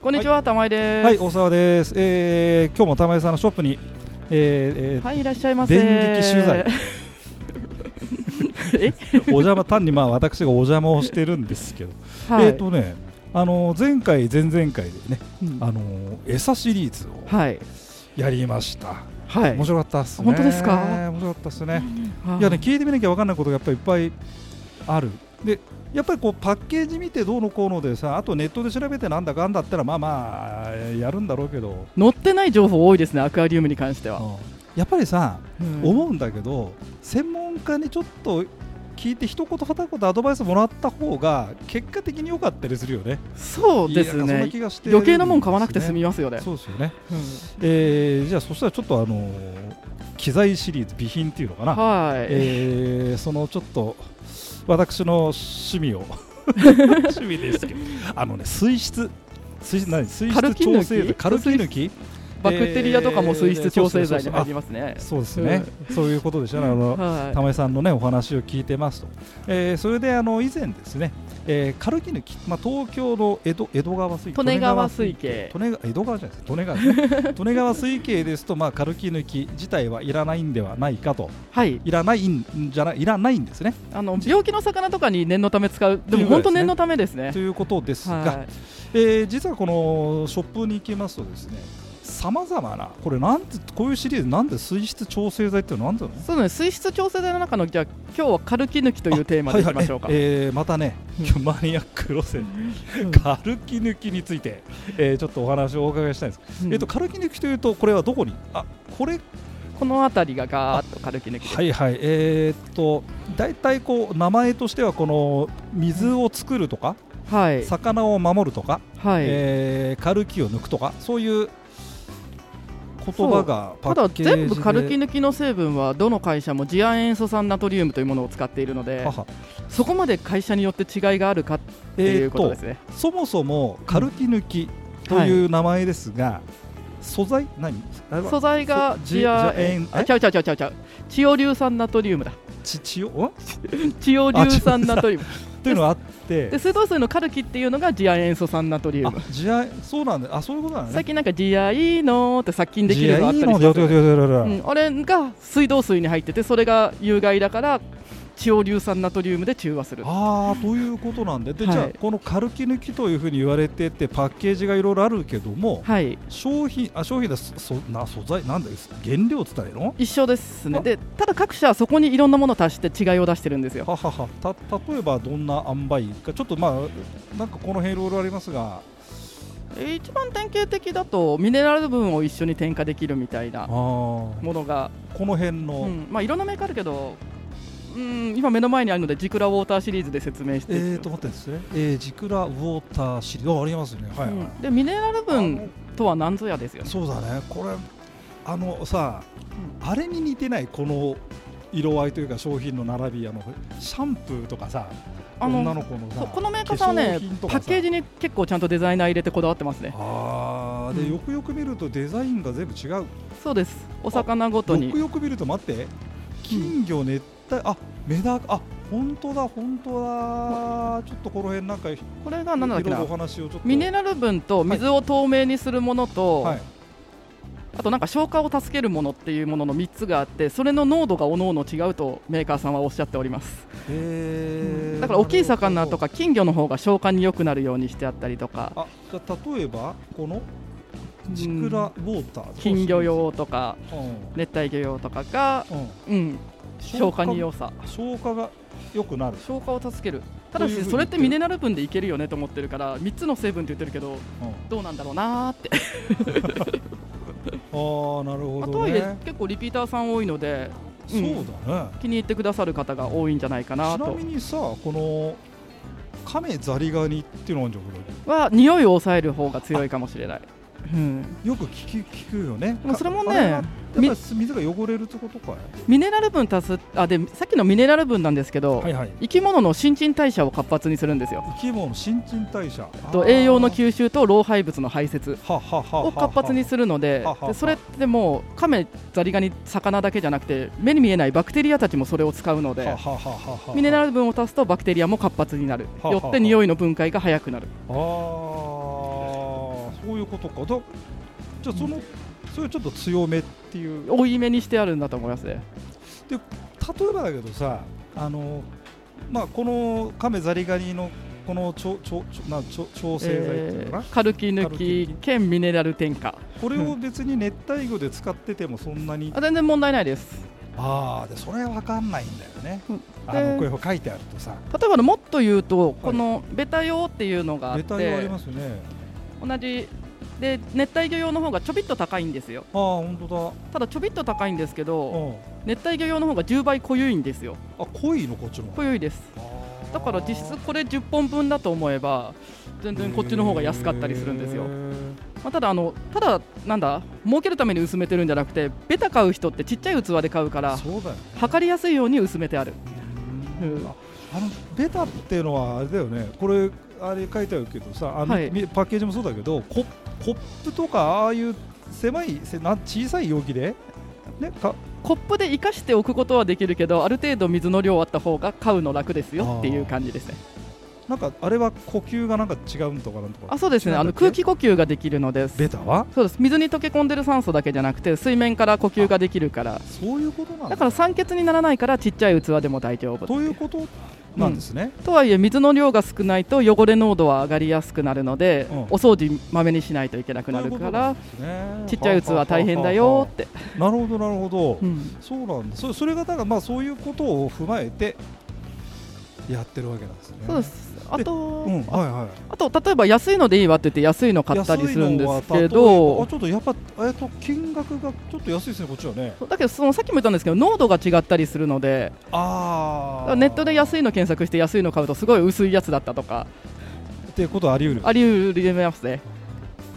こんにちは、玉井です。はい、大沢です。えー、今日も玉井さんのショップに、えーえーはい、いらっしゃいませ。電撃取材え、お邪 魔単にまあ私がお邪魔をしてるんですけど、はい、えっ、とね、あの前回前々回でね、うんあの餌シリーズをはい、やりました。はい、面白かったっすね。本当ですか面白かったっすね。はいいやね聞いてみなきゃ分かんないことがやっぱりいっぱいある。でやっぱりこうパッケージ見てどうのこうのでさあとネットで調べてなんだかんだったらまあまあやるんだろうけど、乗ってない情報多いですね、アクアリウムに関しては。やっぱりさうん思うんだけど専門家にちょっと聞いて一言二言アドバイスもらった方が結果的に良かったりするよね。そうですいやそんなね。気がしてる余計なもん買わなくて済みまますよね。そうですよね。うんえーじゃあそしたらちょっとあのー機材シリーズ備品っていうのかな。はい、えーそのちょっと私の趣味 を趣味ですけどあのね水質水質何水カル質キ抜調き整カルキ抜きバクテリアとかも水質調整剤にえーそうそうそうそうあ入りますね。そうですね、そういうことでしたねあのはい、玉井さんのねお話を聞いてますと、えーそれであの以前ですね、えー、カルキ抜き、まあ、東京の江戸江戸川水系利根川水系利根川江戸川じゃないです利根川ですね 利根川水系ですと、まあ、カルキ抜き自体はいらないんではないかとはい、いらないんじゃないいらないんですねあの病気の魚とかに念のため使う、でもっていうぐら本いですね当念のためですねと。いうことですが、はえー実はこのショップに行きますとですねさまざまなこれなんてこういうシリーズなんで水質調整剤ってなんだろうい、そうですね、水質調整剤の中の、じゃあ、今日はカルキ抜きというテーマでいきましょうか。はいはいえーまたね、うん今日マニアック路線うんカルキ抜きについて、えーちょっとお話をお伺いしたいんです、うんえっとカルキ抜きというとこれはどこにあこれこの辺りがガーッとカルキ抜きではいはいえーっと大体こう名前としてはこの水を作るとか、はい、魚を守るとかはいえーカルキを抜くとかそういう言葉がパただッケージで全部カルキ抜きの成分はどの会社も次亜塩素酸ナトリウムというものを使っているのでははそこまで会社によって違いがあるかっていえうーこととですね、そもそもカルキ抜きという名前ですが、素材何あれは素材がそ次亜塩次亜塩あちゃうちゃうちゃうちゃうちゃうチオ硫酸ナトリウムだち血をんチオ硫酸ナトリウムというのがあってで水道水のカルキっていうのが次亜塩素酸ナトリウあム地合いそうなんだあそういうことなんだ最ね近なんか次亜いいのって殺菌でき地るの合あっいいたりのしでやまっすてよやねうってやってやってやってんあれが水道水に入っててそれが有害だからチオ硫酸ナトリウムで中和するああということなんでで、じはゃいあこのカルキ抜きというふうに言われててパッケージがいろいろあるけども、はい商品あ商品だそそな素材なんだ原料っつったらいいの一緒ですねあでただ各社はそこにいろんなものを足して違いを出してるんですよはははた例えばどんな塩梅かちょっとまあなんかこの辺いろいろありますがえ一番典型的だとミネラル分を一緒に添加できるみたいなもうものが、この辺の、うんまあ、いろんなメーカーあるけどうん今目の前にあるのでジクラウォーターシリーズで説明していくえーと待ってですね、えー、ジクラウォーターシリーズあありますねはい、うはいんでミネラルあの分とは何ぞやですよねそうだねこれあのさ、あれに似てないこの色合いというか商品の並びあのシャンプーとかさあの女の子のさそうこのメーカーさんは化ね粧品とかパさッケージに結構ちゃんとデザイナー入れてこだわってますねあーうでんよくよく見るとデザインが全部違うそうですお魚ごとよくによく見ると待って金魚熱帯、あメダカあ本当だ本当だちょっとこの辺なんかいこれがろ何だっいけろなお話をちょっとミネラル分と水を透明にするものと、はいあとなんか消化を助けるものっていうものの3つがあってそれの濃度がおのおの違うとメーカーさんはおっしゃっておりますへーだから大きい魚なるとほかど金魚の方が消化に良くなるようにしてあったりとかあじゃあ例えばこのジクラウォーター、金魚用とかうん、熱帯魚用とかが、うんうん、消化に良さ消化が良くなる、消化を助けるただというふうしにそれってミネラル分でいけるよねと思ってるから3つの成分って言ってるけどうん、あどうなんだろうなーって、あなるほまあとどはいえね結構リピーターさん多いのでそうだね、気に入ってくださる方が多いんじゃないかなちなとみにさこの亀ザリガニっていうのあるじゃんこれは匂いを抑える方が強いかもしれない、うん、よく聞き聞くよね。でもそれもねあはやっぱみり水が汚れるってことかい。ミネラル分足すあでさっきのミネラル分なんですけど、いはい。生き物の新陳代謝を活発にするんですよ生き物の新陳代謝。とあー栄養の。吸収と老廃物の排泄ははははを活発にするのではははでそれってもうカメザリガニ魚だけじゃなくて目に見えないバクテリアたちもそれを使うのはではははは。ミネラル分を足すとバクテリアも活発になるははよはって匂いの分解が早くなるああ。そいうことかだじゃあその、それちょっと強めっていう多いめにしてあるんだと思いますね例えばだけどさあの、まあ、この亀ザリガニのこの調調調な調調整剤っていうのかな、えーカルキカ抜ルキき抜き兼ミネラル添加これを別に熱帯魚で使っててもそんなに、あ全然問題ないですああでそれわかんないんだよね、うんあのでこういうの書いてあるとさ例えばのもっと言うと、このベタ用っていうのがあっレターありてますよね同じで熱帯魚用の方がちょびっと高いんですよああ本当ただちょびっと高いんですけだ、ど、うん、熱帯魚用の方が10倍濃ゆいんですよあ濃いのこっちの方濃ゆいですあーだから実質これ10本分だと思えば全然こっちの方が安かったりするんですよへ、ーまあ、ただあのただなんだ儲けるために薄めてるんじゃなくてベタ買う人ってちっちゃい器で買うからそうだよね測りやすいように薄めてあるうんああのベタっていうのはあれだよねこれあれ書いてあるけどさあの、はいみパッケージもそうだけどココップとかああいう狭いせな小さい容器でねかコップで生かしておくことはできるけどある程度水の量あった方が買うの楽ですよっていう感じですねなんかあれは呼吸がなんか違うんとかなんとかあそうですね違うあんのだっけ空気呼吸ができるのですベタはそうです水に溶け込んでる酸素だけじゃなくて水面から呼吸ができるからそういうことなんだだから酸欠にならないからちっちゃい器でも大丈夫ということなんですね、とはいえ水の量が少ないと汚れ濃度は上がりやすくなるので、うんお掃除まめにしないといけなくとないるうこかとらんですねちっちゃい器は大変だよって、ははははなるほどなるほど、うんそうなんだそそれがだからまあそういうことを踏まえてやってるわけなんですねそうですあと、うんはいはいあと例えば安いのでいいわって言って安いの買ったりするんですけ安いのは例えばあどちょっとやっぱえっと金額がちょっと安いですねこっちはねだけどそのさっきも言ったんですけど濃度が違ったりするのでああネットで安いいの検索して安いの買うとすごい薄いやつだったとかっていうことはあり得るあり得ますね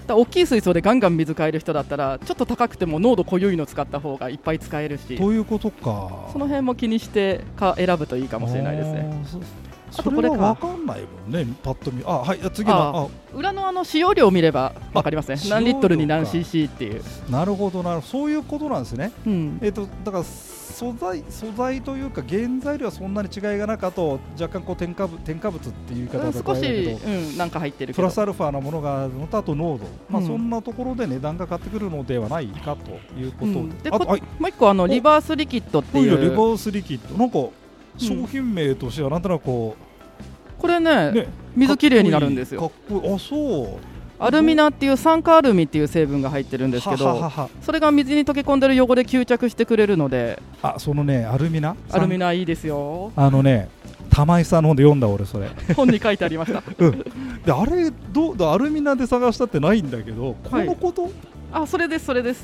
だから大きい水槽でガンガン水変える人だったらちょっと高くても濃度濃ゆいの使った方がいっぱい使えるしということかその辺も気にしてか選ぶといいかかもしれないですねそあとそこれれかはわかんないもんねパッと見あはいあ次の裏のあの使用量を見れば分かりますねあ何リットルに何使用量 cc っていう、あなるほどなるほどそういうことなんですねうん、えっ、とだから素材素材というか原材料はそんなに違いがなかと若干こう添加物添加物っていう言い方だと少あれだけどし、うん、なんか入ってるけプどラスアルファなものがのとあと濃度、まあ、うんそんなところで値段が変わってくるのではないかということうで,、んであとこはいもう一個あおのリバースリキッドってトイいレリバうースリキッドなんか商品名としてはなんとなくここれう、ねね水きれいになるんですかよっこいいあそうアルミナっていう酸化アルミっていう成分が入ってるんですけはははどはそれが水に溶け込んでる汚れ吸着してくれるのであそのねアルミナアルミナいいですよあのね玉井さんの本で読んだ俺 それ本に書いてありましたであれどうだアルミナで探したってないんだけどこはいのこと、へ あそれですそれです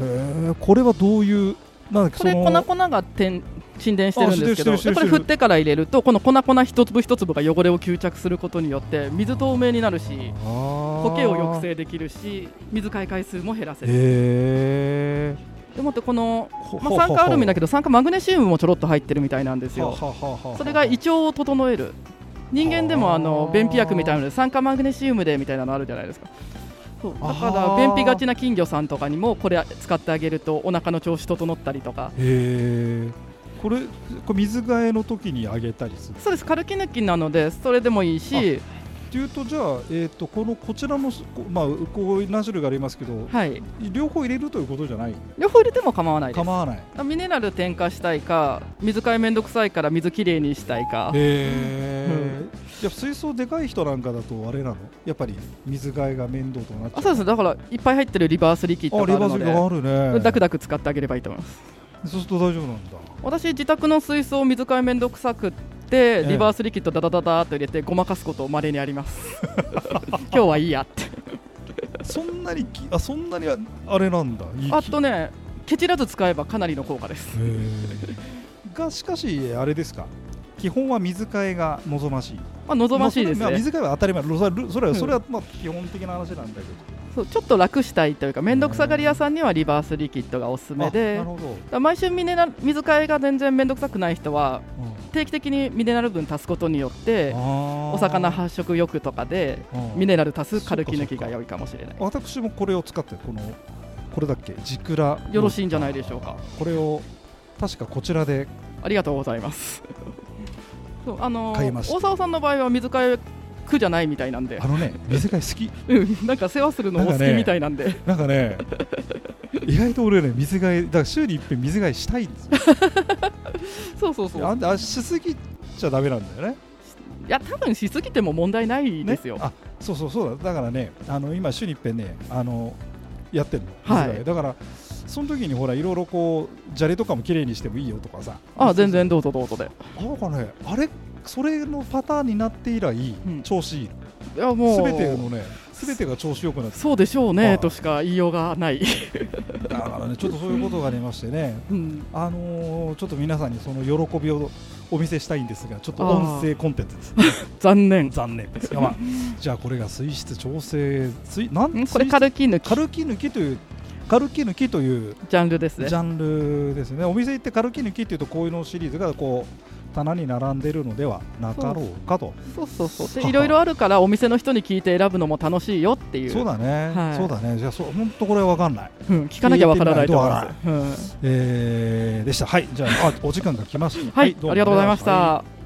えこれはどういうなんだっけこれそ粉の粉が点沈殿してるんですけどあ沈殿してるでこれしてるしてる振ってから入れるとこの粉粉一粒一粒が汚れを吸着することによって水透明になるしコ苔を抑制できるし水解回数も減らせるへえでもってこの、ほまあ、酸化アルミだけどど酸化マグネシウムもちょろっと入ってるみたいなんですよ それが胃腸を整える人間ではあもあの便秘薬みたいなので酸化マグネシウムでみたいなのあるじゃないですかそうだあかーら便秘がちな金魚さんとかにもこれ使ってあげるとお腹の調子整ったりとかへえこれこれ水替えの時にあげたりするそうですカルキ抜きなのでそれでもいいしっていうとじゃあ、えー、とこのこちらもこ,、まあ、こう何種類がありますけどはい両方入れるということじゃない両方入れても構わないです構わないへミネラル添加したいか水替えめんどくさいから水きれいにしたいかえ、いや水槽でかい人なんかだとあれなのやっぱり水替えが面倒とかなっちゃあそうですだからいっぱい入ってるリバースリキッドあレバがあースるリがのあるねでダクダク使ってあげればいいと思いますそうすると大丈夫なんだ私自宅の水槽水替えめんどくさくってリバースリキッドダダダダーっと入れてごまかすことまれにあります 今日はいいやってそんなにきあそんなにああれなんだいいあとねケチらず使えばかなりの効果ですがしかしあれですか基本は水替えが望ましいまあ望ましいですまあそれまあね水替えは当たり前それはそれうはんそれはまあ基本的な話なんだけど、そうちょっと楽したいというか面倒くさがり屋さんにはリバースリキッドがおすすめあでなるほど、だから毎週ミネラル水替えが全然面倒くさくない人はうん定期的にミネラル分足すことによっておお魚発色浴とかでミネラル足すカルキ抜きが良いかもしれない私もこれを使ってこのこれだっけジクラよろしいんじゃないでしょうかこれを確かこちらでありがとうございますそうあの買いました大沢さんの場合は水替え苦じゃないみたいなんであ、のね見世界好きうん、なんか世話するのお好きみたいなんで、なんかね意外と俺ね水替えだから週に一遍水替えしたいんですよそうそうそうあんあしすぎちゃダメなんだよねいや多分しすぎても問題ないねですよ、あそうそうそうだだからねあの今週に一遍ねあのやってるの、はい水替えだからその時にほらいろいろこう砂利とかも綺麗にしてもいいよとかさあ全然どうぞどうぞでなんかねあれそれのパターンになって以来、ん調子いいいやもすうべてのねすべてが調子よくなってそうでしょうはねいとしか言いようがない、だからねちょっとそういうことがありましてねうん、あのーちょっと皆さんにその喜びをお見せしたいんですがちょっとあー音声コンテンツ です残念残念ですが、まあ、じゃあこれが水質調整水なんんこれ水質軽き抜きカルキ抜きというカルキ抜きというジャンルですジねャンルですねお店行ってカルキ抜きっていうとこういうのシリーズがこう棚に並んでるのではなかろうかとそうそうそうでははいろいろあるからお店の人に聞いて選ぶのも楽しいよっていうそうだね、はいそうだねじゃあそう本当これわかんない、うん、聞かなきゃわからないと思います、うんえー、でしたはいじゃああお時間が来ましたはい、ありがとうございましはた。